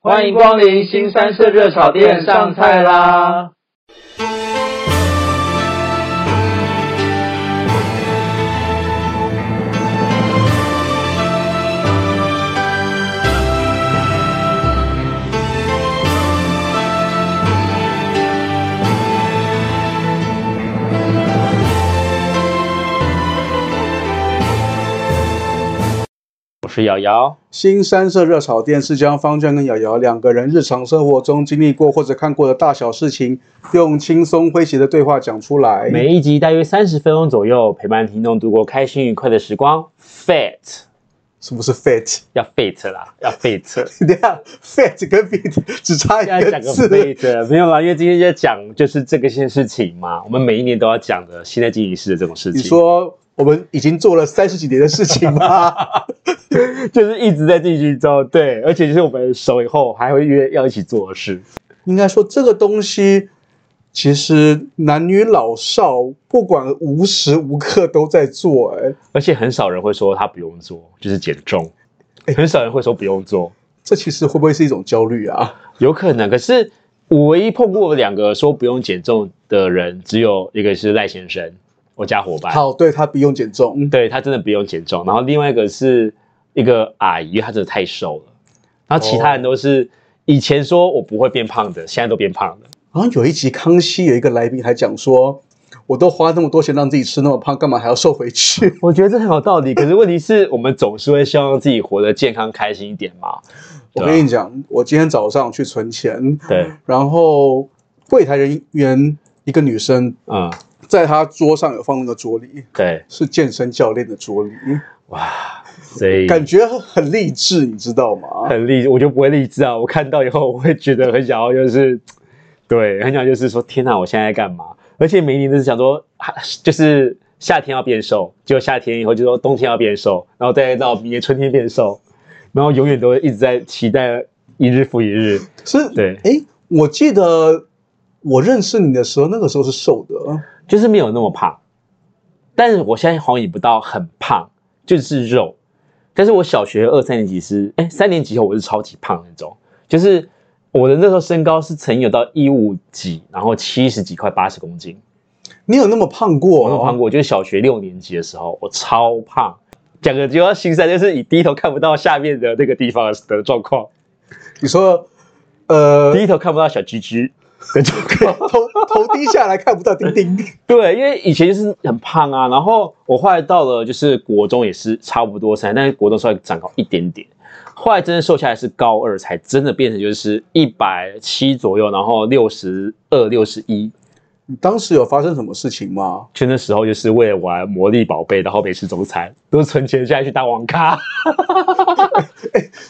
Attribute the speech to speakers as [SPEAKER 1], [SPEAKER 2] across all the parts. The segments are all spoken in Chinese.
[SPEAKER 1] 欢迎光临新三色热炒店，上菜啦！我是瑶瑶，
[SPEAKER 2] 新三色热炒店是将方丈跟瑶瑶两个人日常生活中经历过或者看过的大小事情，用轻松诙谐的对话讲出来。
[SPEAKER 1] 每一集大约三十分钟左右，陪伴听众度过开心愉快的时光。Fit
[SPEAKER 2] 是不是 fit？
[SPEAKER 1] 要 fit 啦，要 fit。
[SPEAKER 2] 等一下 fit 跟 fit 只差
[SPEAKER 1] 现在
[SPEAKER 2] 一
[SPEAKER 1] 讲
[SPEAKER 2] 个
[SPEAKER 1] 个
[SPEAKER 2] 字。
[SPEAKER 1] fit 没有啦，因为今天在讲就是这个件事情嘛，我们每一年都要讲的现在进行式的这种事情。
[SPEAKER 2] 你说我们已经做了三十几年的事情吗？
[SPEAKER 1] 就是一直在进行中，对，而且就是我们熟以后还会约要一起做的事。
[SPEAKER 2] 应该说这个东西，其实男女老少不管无时无刻都在做、哎，
[SPEAKER 1] 而且很少人会说他不用做，就是减重，
[SPEAKER 2] 哎
[SPEAKER 1] 很少人会说不用做，
[SPEAKER 2] 这其实会不会是一种焦虑啊？
[SPEAKER 1] 有可能。可是我唯一碰过两个说不用减重的人，只有一个是赖先生，我家伙伴，
[SPEAKER 2] 好，对他不用减重，嗯
[SPEAKER 1] 对他真的不用减重。然后另外一个是一个阿姨，因为她真的太瘦了。然后其他人都是以前说我不会变胖的，现在都变胖了。
[SPEAKER 2] 好像有一集康熙有一个来宾还讲说，我都花那么多钱让自己吃那么胖，干嘛还要瘦回去？
[SPEAKER 1] 我觉得这很有道理，可是问题是我们总是会希望自己活得健康、开心一点嘛。
[SPEAKER 2] 我跟你讲，我今天早上去存钱，
[SPEAKER 1] 对，
[SPEAKER 2] 然后柜台人员一个女生
[SPEAKER 1] 嗯，
[SPEAKER 2] 在她桌上有放那个桌椅，
[SPEAKER 1] 对，
[SPEAKER 2] 是健身教练的桌椅，
[SPEAKER 1] 哇，所以
[SPEAKER 2] 感觉很励志，你知道吗？
[SPEAKER 1] 很励，我就不会励志啊。我看到以后，我会觉得很想要，就是对，很想就是说，天哪，我现在在干嘛？而且每一年都是想说， 啊就是夏天要变瘦，结果夏天以后就说冬天要变瘦，然后再到明年春天变瘦，然后永远都一直在期待一日复一日。
[SPEAKER 2] 是，
[SPEAKER 1] 对
[SPEAKER 2] 哎，我记得我认识你的时候，那个时候是瘦的，
[SPEAKER 1] 就是没有那么胖，但是我现在好像也不到很胖，就是肉。但是我小学二三年级是，哎，三年级后我是超级胖那种，就是我的那时候身高是曾经有到一五几，然后七十几快八十公斤，
[SPEAKER 2] 你有那么胖
[SPEAKER 1] 我
[SPEAKER 2] 过？
[SPEAKER 1] 有胖过，就是小学六年级的时候我超胖。讲个就要心酸，就是你低头看不到下面的那个地方的状况，
[SPEAKER 2] 你说，呃，
[SPEAKER 1] 低头看不到小鸡鸡的状况。
[SPEAKER 2] 头头低下来看不到丁丁。
[SPEAKER 1] 对，因为以前就是很胖啊，然后我后来到了就是国中也是差不多三，但是国中稍微长高一点点，后来真的瘦下来是高二才真的变成就是一百七左右，然后六十二、六十一，
[SPEAKER 2] 你当时有发生什么事情吗？
[SPEAKER 1] 就那时候就是为了玩魔力宝贝，然后每次中餐都是存钱下来去打网咖，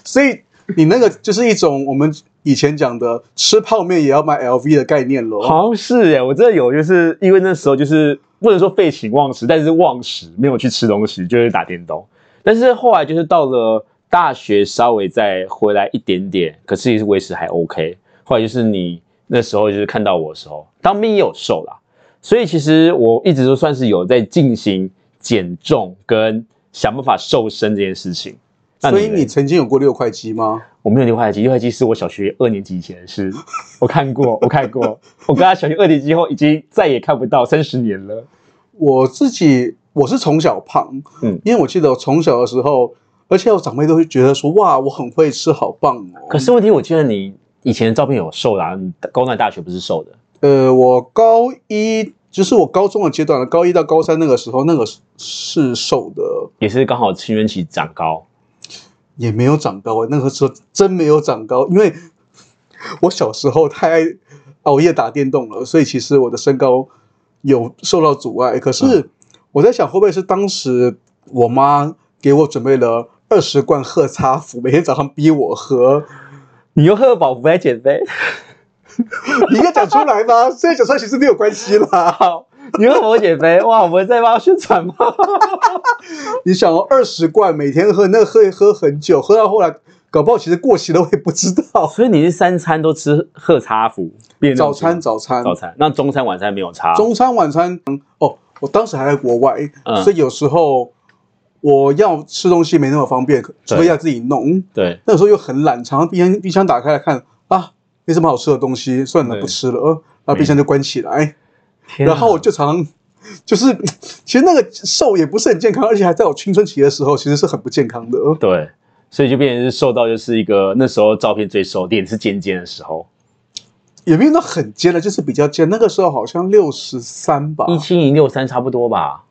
[SPEAKER 2] 所以你那个就是一种我们以前讲的吃泡面也要买 LV 的概念咯。
[SPEAKER 1] 好像是耶，我真的有就是因为那时候就是不能说废寝忘食，但是忘食没有去吃东西，就是打电动。但是后来就是到了大学，稍微再回来一点点，可是也是维持还 OK。后来就是你那时候就是看到我的时候，当兵也有瘦啦，所以其实我一直都算是有在进行减重跟想办法瘦身这件事情。那
[SPEAKER 2] 所以
[SPEAKER 1] 呢
[SPEAKER 2] 你曾经有过六块肌吗？
[SPEAKER 1] 我没有六块肌，六块肌是我小学二年级以前的事。 我看过，我看过，我跟他小学二年级后已经再也看不到三十年了。
[SPEAKER 2] 我自己我是从小胖，
[SPEAKER 1] 嗯
[SPEAKER 2] 嗯，因为我记得我从小的时候，而且我长辈都会觉得说哇，我很会吃，好棒哦。
[SPEAKER 1] 可是问题，我记得你以前的照片有瘦啦、你高中大学不是瘦的，
[SPEAKER 2] 呃，我高一就是我高中的阶段了，高一到高三那个时候，那个是是瘦的，
[SPEAKER 1] 也是刚好青春期长高。
[SPEAKER 2] 也没有长高、欸，那个时候真没有长高，因为 我小时候太爱熬夜打电动了，所以其实我的身高有受到阻碍。可是我在想，会不会是当时我妈给我准备了二十罐喝茶福，每天早上逼我喝？
[SPEAKER 1] 你用喝饱福来减肥，
[SPEAKER 2] 你应该讲出来吧，虽然讲出来其实没有关系啦。
[SPEAKER 1] 好，你用喝饱减 肥，哇，我们在帮他宣传吗？
[SPEAKER 2] 你想哦，二十罐每天喝，那个喝喝很久，喝到后来搞不好其实过期了，我也不知道。
[SPEAKER 1] 所以你是三餐都吃喝茶福，变成
[SPEAKER 2] 早餐，早餐，
[SPEAKER 1] 早餐，那中餐晚餐没有差。
[SPEAKER 2] 中餐、晚餐，嗯哦，我当时还在国外，
[SPEAKER 1] 嗯
[SPEAKER 2] 所以有时候我要吃东西没那么方便，除非要自己弄。
[SPEAKER 1] 对，
[SPEAKER 2] 那个时候又很懒，常常冰箱冰箱打开来看啊，没什么好吃的东西，算了，
[SPEAKER 1] 对
[SPEAKER 2] 不吃了，呃然后冰箱就关起来。
[SPEAKER 1] 天
[SPEAKER 2] 然后我
[SPEAKER 1] 哪
[SPEAKER 2] 就常就是，其实那个瘦也不是很健康，而且还在我青春期的时候，其实是很不健康的。呃
[SPEAKER 1] 对，所以就变成是瘦到就是一个那时候照片最瘦，脸是尖尖的时候，
[SPEAKER 2] 也没有到很尖了，就是比较尖。那个时候好像六十三吧，
[SPEAKER 1] 一七零六三差不多吧，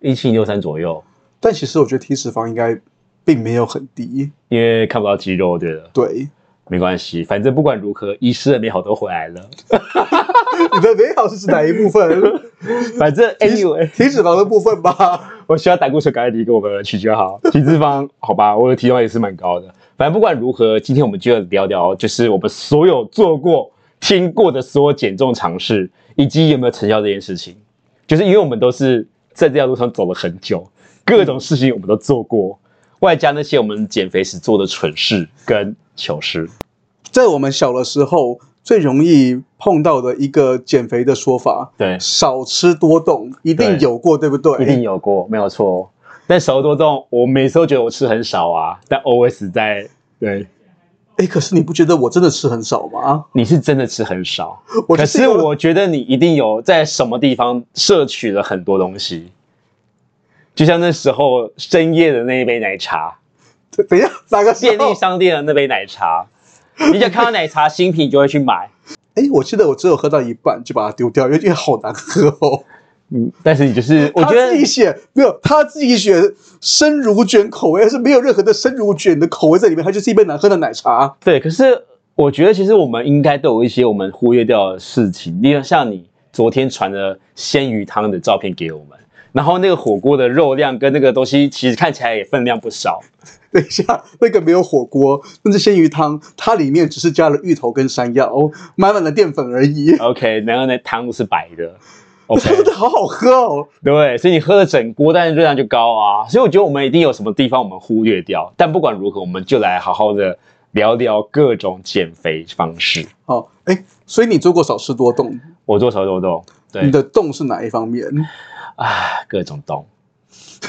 [SPEAKER 1] 一七零六三左右，
[SPEAKER 2] 但其实我觉得体脂肪应该并没有很低。
[SPEAKER 1] 因为看不到肌肉，我觉得
[SPEAKER 2] 对，
[SPEAKER 1] 没关系，反正不管如何，遗失的美好都回来了。
[SPEAKER 2] 你的美好是指哪一部 分？
[SPEAKER 1] 反正
[SPEAKER 2] 体脂
[SPEAKER 1] anyway，
[SPEAKER 2] 体脂肪的部分吧。
[SPEAKER 1] 我需要胆固醇赶快提给我们取就好，体脂肪好吧，我的体重也是蛮高的。反正不管如何，今天我们就要聊聊，就是我们所有做过、听过的所有减重尝试，以及有没有成效这件事情。就是因为我们都是在这条路上走了很久，各种事情我们都做过，外加那些我们减肥时做的蠢事跟糗事。
[SPEAKER 2] 在我们小的时候，最容易碰到的一个减肥的说法，
[SPEAKER 1] 对
[SPEAKER 2] 少吃多动，一定
[SPEAKER 1] 对
[SPEAKER 2] 有过，对不对？
[SPEAKER 1] 一定有过，没有错。哦但少多动，我每次都觉得我吃很少啊，但 always 在对，
[SPEAKER 2] 哎，可是你不觉得我真的吃很少吗？
[SPEAKER 1] 你是真的吃很少。
[SPEAKER 2] 我就
[SPEAKER 1] 可是
[SPEAKER 2] 有
[SPEAKER 1] 我觉得你一定有在什么地方摄取了很多东西，就像那时候深夜的那一杯奶茶，
[SPEAKER 2] 等一下哪个时
[SPEAKER 1] 便利
[SPEAKER 2] 候？
[SPEAKER 1] 商店的那杯奶茶，你只要看到奶茶新品就会去买。
[SPEAKER 2] 哎，我记得我只有喝到一半就把它丢掉，因为好难喝哦。
[SPEAKER 1] 嗯，但是你就是我觉
[SPEAKER 2] 他
[SPEAKER 1] 得
[SPEAKER 2] 自己写没有，他自己写生乳卷口味，是没有任何的生乳卷的口味在里面，它就是一杯难喝的奶茶。
[SPEAKER 1] 对，可是我觉得其实我们应该都有一些我们忽略掉的事情，例如像你昨天传的鲜鱼汤的照片给我们，然后那个火锅的肉量跟那个东西其实看起来也分量不少，
[SPEAKER 2] 等一下，那个没有火锅，那是鲜鱼汤，它里面只是加了芋头跟山药，哦，满满的淀粉而已。
[SPEAKER 1] OK，然后那汤是白 的。OK，
[SPEAKER 2] 真的好好喝哦！
[SPEAKER 1] 对，所以你喝了整锅，但是热量就高啊。所以我觉得我们一定有什么地方我们忽略掉，但不管如何，我们就来好好的聊聊各种减肥方式。
[SPEAKER 2] 好，哎，所以你做过少吃多动，
[SPEAKER 1] 我做手抖动，对
[SPEAKER 2] 你，的动是哪一方面？
[SPEAKER 1] 啊，各种动。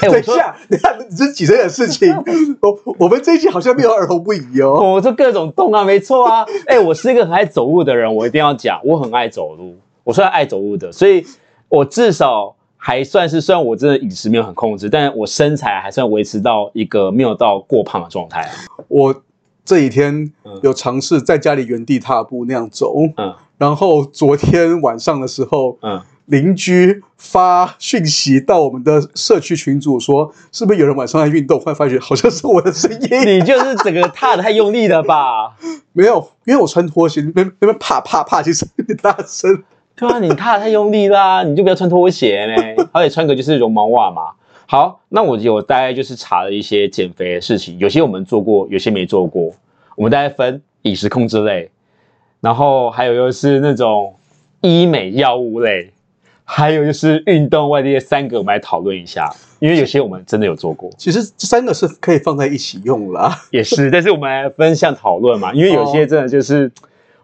[SPEAKER 1] 哎，
[SPEAKER 2] 等
[SPEAKER 1] 我
[SPEAKER 2] 一
[SPEAKER 1] 说
[SPEAKER 2] 下，等一下，这是几岁的 事情？我我们这一集好像没有儿童不宜哦。
[SPEAKER 1] 我说各种动啊，没错啊。哎、我是一个很爱走路的人，我一定要讲，我很爱走路，我算爱走路的，所以我至少还算是，虽然我真的饮食没有很控制，但我身材还算维持到一个没有到过胖的状态啊。
[SPEAKER 2] 我这几天
[SPEAKER 1] 嗯
[SPEAKER 2] 有尝试在家里原地踏步那样走，
[SPEAKER 1] 嗯
[SPEAKER 2] 然后昨天晚上的时候，
[SPEAKER 1] 嗯，
[SPEAKER 2] 邻居发讯息到我们的社区群组说，是不是有人晚上在运动？忽然发觉好像是我的 声音，
[SPEAKER 1] 你就是整个踏的太用力了吧？
[SPEAKER 2] 没有，因为我穿拖鞋，那边那边啪啪啪，其实 有点大声。
[SPEAKER 1] 对啊，你踏的太用力啦、你就不要穿拖鞋呢，而且穿个就是绒毛袜嘛。好，那我有大概就是查了一些减肥的事情，有些我们做过，有些没做过。我们大概分饮食控制类，然后还有就是那种医美药物类，还有就是运动外力的三个，我们来讨论一下，因为有些我们真的有做过，
[SPEAKER 2] 其实这三个是可以放在一起 用啦。
[SPEAKER 1] 也是，但是我们来分项讨论嘛，因为有些真的就是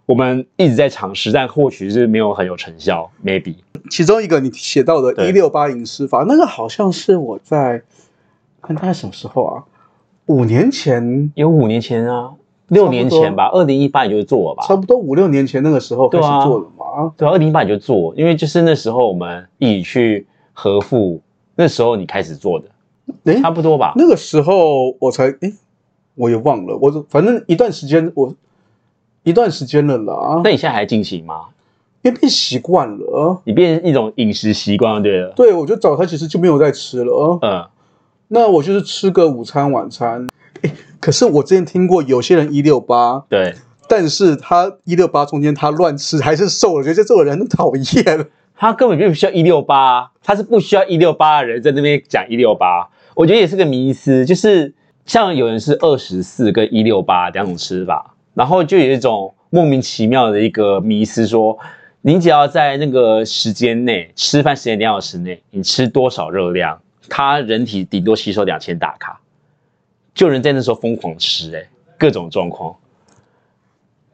[SPEAKER 1] 我们一直在尝试，但或许是没有很有成效，maybe。
[SPEAKER 2] 其中一个你写到的“
[SPEAKER 1] 对
[SPEAKER 2] 一六八饮食法”，那个好像是我在看大概什么时候啊？五年前
[SPEAKER 1] 有五年前啊，六年前吧，二零一八你就做了吧？
[SPEAKER 2] 差不多五六年前那个时候开始
[SPEAKER 1] 对啊
[SPEAKER 2] 做的嘛。
[SPEAKER 1] 对、啊，二零一八你就做，因为就是那时候我们一起去和富，那时候你开始做的，
[SPEAKER 2] 诶
[SPEAKER 1] 差不多吧？
[SPEAKER 2] 那个时候我才诶，我也忘了，我反正一段时间我一段时间了啦
[SPEAKER 1] 那，你现在还进行吗？
[SPEAKER 2] 因为变习惯了。
[SPEAKER 1] 你变成一种饮食习惯就对了。
[SPEAKER 2] 对，我觉得早餐其实就没有在吃了，
[SPEAKER 1] 嗯，
[SPEAKER 2] 那我就是吃个午餐、晚餐。诶可是我之前听过有些人一六八，
[SPEAKER 1] 对，
[SPEAKER 2] 但是他一六八中间他乱吃还是瘦了，我觉得这种人很讨厌。
[SPEAKER 1] 他根本就不需要一六八，他是不需要一六八的人在那边讲一六八，我觉得也是个迷思，就是像有人是二十四跟一六八两种吃法，然后就有一种莫名其妙的一个迷思说，你只要在那个时间内，吃饭时间两小时内，你吃多少热量，它人体顶多吸收两千大卡，就有人在那时候疯狂吃、欸，各种状况。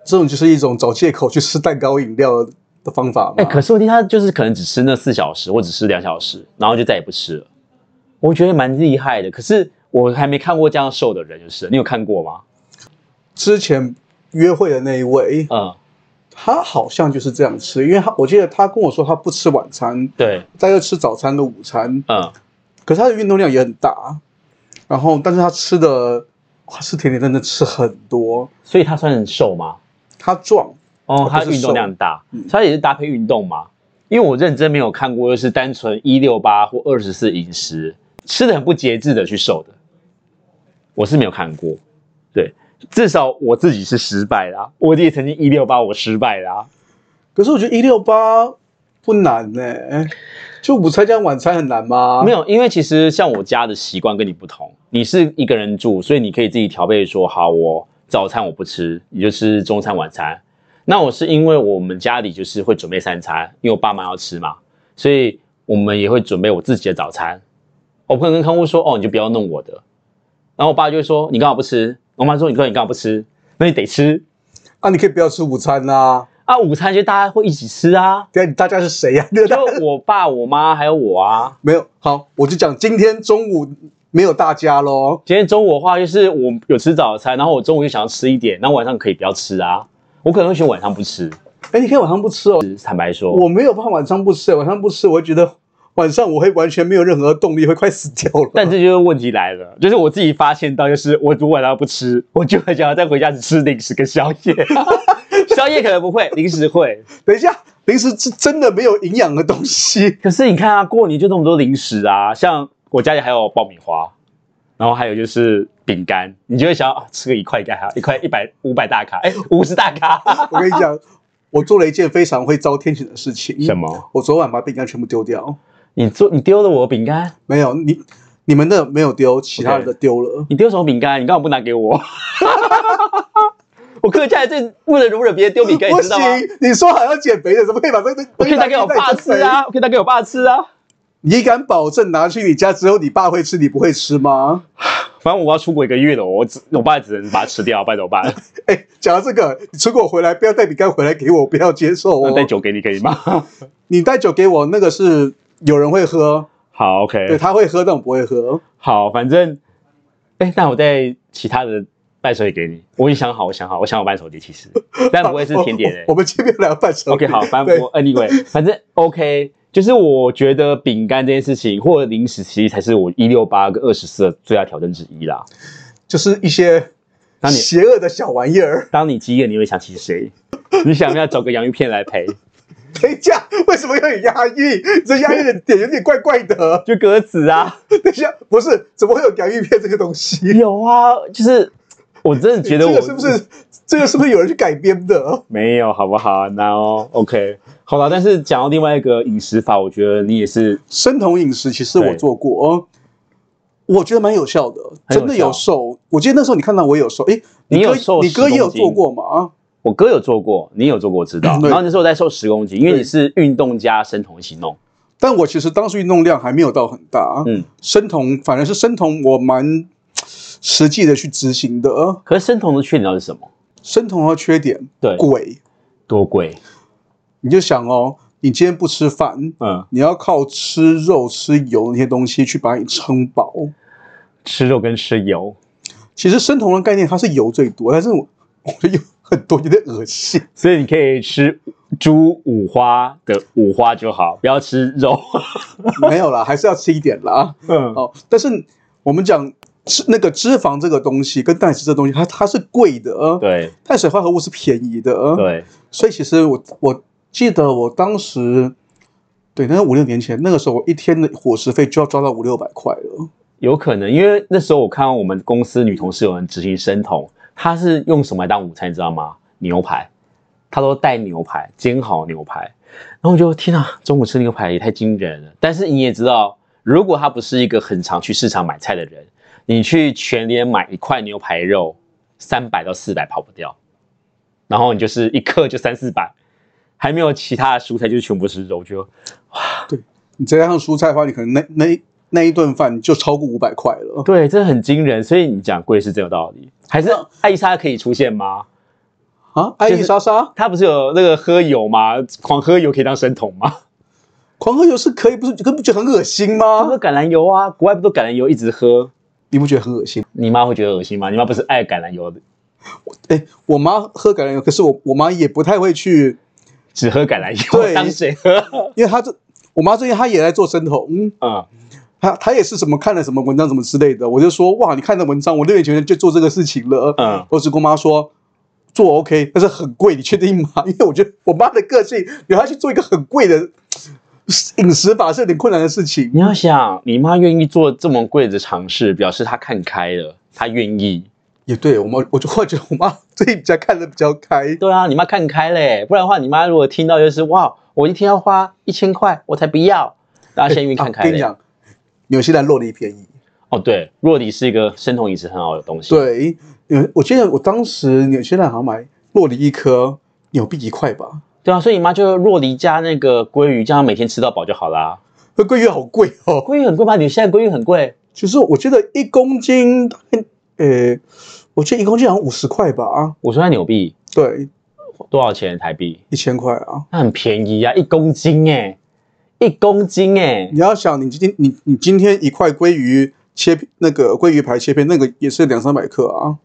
[SPEAKER 2] 这种就是一种找借口去吃蛋糕、饮料的
[SPEAKER 1] 哎
[SPEAKER 2] 方法嘛。
[SPEAKER 1] 哎、可是问题他就是可能只吃那四小时，或只吃两小时，然后就再也不吃了。我觉得蛮厉害的。可是我还没看过这样瘦的人，就是你有看过吗？
[SPEAKER 2] 之前约会的那一位，
[SPEAKER 1] 嗯，
[SPEAKER 2] 他好像就是这样吃，因为他我记得他跟我说他不吃晚餐，
[SPEAKER 1] 对，
[SPEAKER 2] 大概吃早餐跟午餐，
[SPEAKER 1] 嗯，
[SPEAKER 2] 可是他的运动量也很大，然后但是他吃的哇吃甜点真的吃很多，
[SPEAKER 1] 所以他算很瘦吗？
[SPEAKER 2] 他壮，
[SPEAKER 1] 哦，
[SPEAKER 2] 他
[SPEAKER 1] 他
[SPEAKER 2] 不是
[SPEAKER 1] 运动
[SPEAKER 2] 瘦
[SPEAKER 1] 量大，
[SPEAKER 2] 嗯
[SPEAKER 1] 他也是搭配运动嘛。因为我认真没有看过，就是单纯一六八或二十四饮食吃的很不节制的去瘦的，我是没有看过。对，至少我自己是失败啦、我也曾经一六八，我失败啊啦、
[SPEAKER 2] 可是我觉得一六八不难呢、就午餐加晚餐很难吗？
[SPEAKER 1] 没有，因为其实像我家的习惯跟你不同，你是一个人住，所以你可以自己调配说，好，我早餐我不吃，你就吃中餐、晚餐。那我是因为我们家里就是会准备三餐，因为我爸妈要吃嘛，所以我们也会准备我自己的早餐。我不可能跟客户说，哦，你就不要弄我的。然后我爸就会说，哦你干嘛不吃？我妈说，你说你干嘛不吃？那你得吃
[SPEAKER 2] 啊，你可以不要吃午餐啦、
[SPEAKER 1] 啊，午餐就大家会一起吃啊，
[SPEAKER 2] 对啊，你大家是谁呀、对吧？
[SPEAKER 1] 就我爸、我妈还有我啊。
[SPEAKER 2] 没有，好，我就讲今天中午没有大家喽。
[SPEAKER 1] 今天中午的话，就是我有吃早餐，然后我中午就想要吃一点，然后晚上可以不要吃啊。我可能会选晚上不吃。
[SPEAKER 2] 哎，你可以晚上不吃哦。
[SPEAKER 1] 坦白说，
[SPEAKER 2] 我没有办法晚上不吃，晚上不吃，我会觉得晚上我会完全没有任何动力，会快死掉了。
[SPEAKER 1] 但这就是问题来了，就是我自己发现到，就是我如果晚上不吃，我就很想要再回家只吃零食跟宵 夜。宵夜可能不会，零食会。
[SPEAKER 2] 等一下，零食是真的没有营养的 东西。
[SPEAKER 1] 可是你看啊，过年就那么多零食啊，像我家里还有爆米花，然后还有就是饼干，你就会想要啊，吃个一块一卡，一块一百五百大卡，哎，五十大卡。
[SPEAKER 2] 我跟你讲，我做了一件非常会遭天谴的事情。
[SPEAKER 1] 什？么？
[SPEAKER 2] 我昨晚把饼干全部丢掉。
[SPEAKER 1] 你做你丢了我的饼干？
[SPEAKER 2] 没有，你你们的没有丢，其他人的丢了。
[SPEAKER 1] 你丢什么饼干？你干嘛不拿给我？ 我客家人最不能容忍别人丢饼 干，你
[SPEAKER 2] 不
[SPEAKER 1] 知道
[SPEAKER 2] 行
[SPEAKER 1] 吗？，
[SPEAKER 2] 你说好要减肥的，怎么可以把这个
[SPEAKER 1] 我可以拿给我爸吃！啊，我可以拿给我爸吃啊。
[SPEAKER 2] 你敢保证拿去你家之后，你爸会吃，你不会吃吗？
[SPEAKER 1] 反正我要出国一个月了，我只我爸只能把它吃掉，不然怎么办？
[SPEAKER 2] 哎，讲到这个，你出国回来不要带饼干回来给我，不要接受
[SPEAKER 1] 那带
[SPEAKER 2] 哦。
[SPEAKER 1] 酒给你可以吗？
[SPEAKER 2] 你带酒给我，那个是有人会喝，
[SPEAKER 1] 好
[SPEAKER 2] 对，
[SPEAKER 1] ，OK，
[SPEAKER 2] 他会喝，但我不会喝。
[SPEAKER 1] 好，反正，哎，那我带其他的伴手礼给你。我已经想好，我想好，我想好伴手礼，其实，但不会是甜 点欸
[SPEAKER 2] 我
[SPEAKER 1] 诶。
[SPEAKER 2] 我我们这边聊半手。
[SPEAKER 1] OK，好，反
[SPEAKER 2] 对
[SPEAKER 1] 正我 anyway，反正 OK，就是我觉得饼干这件事情或者零食，其实才是我一六八跟二十四的最大挑战之一啦。
[SPEAKER 2] 就是一些
[SPEAKER 1] 那你
[SPEAKER 2] 邪恶的小玩意儿。
[SPEAKER 1] 当你饥饿，你会想起谁？你想不想找个洋芋片来陪？
[SPEAKER 2] 等一下，为什么有点压抑？这压抑的点有点怪怪的。
[SPEAKER 1] 就鸽子啊，
[SPEAKER 2] 等一下，不是，怎么会有洋芋片这个东西？
[SPEAKER 1] 有啊，就是我真的觉得
[SPEAKER 2] 这
[SPEAKER 1] 我
[SPEAKER 2] 个是不是这个是不是有人去改编的？
[SPEAKER 1] 没有，好不好？然后 OK，好了，但是讲到另外一个饮食法，我觉得你也是
[SPEAKER 2] 生酮饮食其实我
[SPEAKER 1] 对
[SPEAKER 2] 做过，我觉得蛮有效的，
[SPEAKER 1] 很有效
[SPEAKER 2] 真的有瘦。我记得那时候你看到我有瘦，诶，
[SPEAKER 1] 你有
[SPEAKER 2] 哥
[SPEAKER 1] 瘦
[SPEAKER 2] 你哥
[SPEAKER 1] 10
[SPEAKER 2] 也有
[SPEAKER 1] 公斤
[SPEAKER 2] 做过嘛？
[SPEAKER 1] 我哥有做过，你有做过，我知道。
[SPEAKER 2] 嗯对
[SPEAKER 1] 然后那时候我在瘦十公斤，因为
[SPEAKER 2] 对
[SPEAKER 1] 你是运动加生酮一起弄，
[SPEAKER 2] 但我其实当时运动量还没有到很大，
[SPEAKER 1] 嗯。
[SPEAKER 2] 生酮反而是生酮，我蛮实际的去执行的。
[SPEAKER 1] 可是生酮的缺点到底是什么？
[SPEAKER 2] 生酮和缺点，
[SPEAKER 1] 对，
[SPEAKER 2] 贵，
[SPEAKER 1] 多贵？
[SPEAKER 2] 你就想哦，你今天不吃饭，
[SPEAKER 1] 嗯，
[SPEAKER 2] 你要靠吃肉、吃油那些东西去把你撑饱。
[SPEAKER 1] 吃肉跟吃油，
[SPEAKER 2] 其实生酮的概念它是油最多，但是我 我觉得有很多有点恶心。
[SPEAKER 1] 所以你可以吃猪五花的五花就好，不要吃肉。
[SPEAKER 2] 没有啦，还是要吃一点啦。
[SPEAKER 1] 嗯，
[SPEAKER 2] 哦，但是我们讲脂那个脂肪这个东西跟蛋白质这个东西，它它是贵的，呃
[SPEAKER 1] 对
[SPEAKER 2] 碳水化合物是便宜的，呃
[SPEAKER 1] 对，
[SPEAKER 2] 所以其实我我记得我当时，对，那是五六年前，那个时候我一天的伙食费就要抓到五六百块了。
[SPEAKER 1] 有可能，因为那时候我看到我们公司女同事有人执行生酮，她是用什么来当午餐，你知道吗？牛排，她都带牛排，煎好牛排。然后我就天啊，中午吃牛排也太惊人了。但是你也知道，如果她不是一个很常去市场买菜的人，你去全联买一块牛排肉，三百到四百跑不掉。然后你就是一克就三四百，还没有其他的蔬菜，就是全部是肉，就
[SPEAKER 2] 你再加上蔬菜的话，你可能那那那一顿饭就超过五百块了。
[SPEAKER 1] 对，这很惊人。所以你讲贵是真有道理，还是艾莎可以出现吗？
[SPEAKER 2] 啊，艾丽莎莎，
[SPEAKER 1] 他不是有那个喝油吗？狂喝油可以当生酮吗？
[SPEAKER 2] 狂喝油是可以，不是可不觉得很恶
[SPEAKER 1] 就
[SPEAKER 2] 心
[SPEAKER 1] 喝
[SPEAKER 2] 吗？
[SPEAKER 1] 橄榄油啊，国外不都橄榄油一直喝？
[SPEAKER 2] 你不觉得很恶心？
[SPEAKER 1] 你妈会觉得恶心吗？你妈不是爱橄榄油的，
[SPEAKER 2] 哎，我妈喝橄榄油，可是我我妈也不太会去，
[SPEAKER 1] 只喝橄榄油
[SPEAKER 2] 对
[SPEAKER 1] 当水喝。
[SPEAKER 2] 因为她这我妈最近她也在做生酮，嗯，
[SPEAKER 1] 嗯，
[SPEAKER 2] 她她也是什么看了什么文章什么之类的，我就说哇，你看的文章，我六年前就做这个事情了，
[SPEAKER 1] 嗯
[SPEAKER 2] 我只跟我妈说。做 OK，但是很贵，你确定吗？因为我觉得 我妈的个性，你要去做一个很贵的饮食法是有点困难的事情。
[SPEAKER 1] 你要想，你妈愿意做这么贵的尝试，表示她看开了，她愿意。
[SPEAKER 2] 也对我妈，我就会觉得我妈最近比较看得比较开。
[SPEAKER 1] 对啊，你妈看开嘞，不然的话，你妈如果听到就是哇，我一天要花一千块，我才不要。大家先愿意看
[SPEAKER 2] 啊
[SPEAKER 1] 开
[SPEAKER 2] 跟你
[SPEAKER 1] 嘞。
[SPEAKER 2] 讲，纽西兰洛梨便宜。
[SPEAKER 1] 哦，对，若你是一个生酮饮食很好的东西，，
[SPEAKER 2] 对，嗯，我记得我当时纽西兰好像买洛梨一颗纽币一块吧，
[SPEAKER 1] 对啊，所以你妈就若梨加那个鲑鱼，这样每天吃到饱就好啦。
[SPEAKER 2] 那鲑鱼好贵哦。
[SPEAKER 1] 鲑鱼很贵吗？你现在鲑鱼很贵？
[SPEAKER 2] 其实我记得一公斤，大概呃，我记得一公斤好像五十块吧，啊，
[SPEAKER 1] 我说在纽币
[SPEAKER 2] 对，
[SPEAKER 1] 多少钱台币？
[SPEAKER 2] 一千块啊。
[SPEAKER 1] 那很便宜啊，一公斤哎、一公斤哎、
[SPEAKER 2] 你要想，你今天你你今天一块鲑鱼切片那个鲑鱼排切片，那个也是两三百克啊，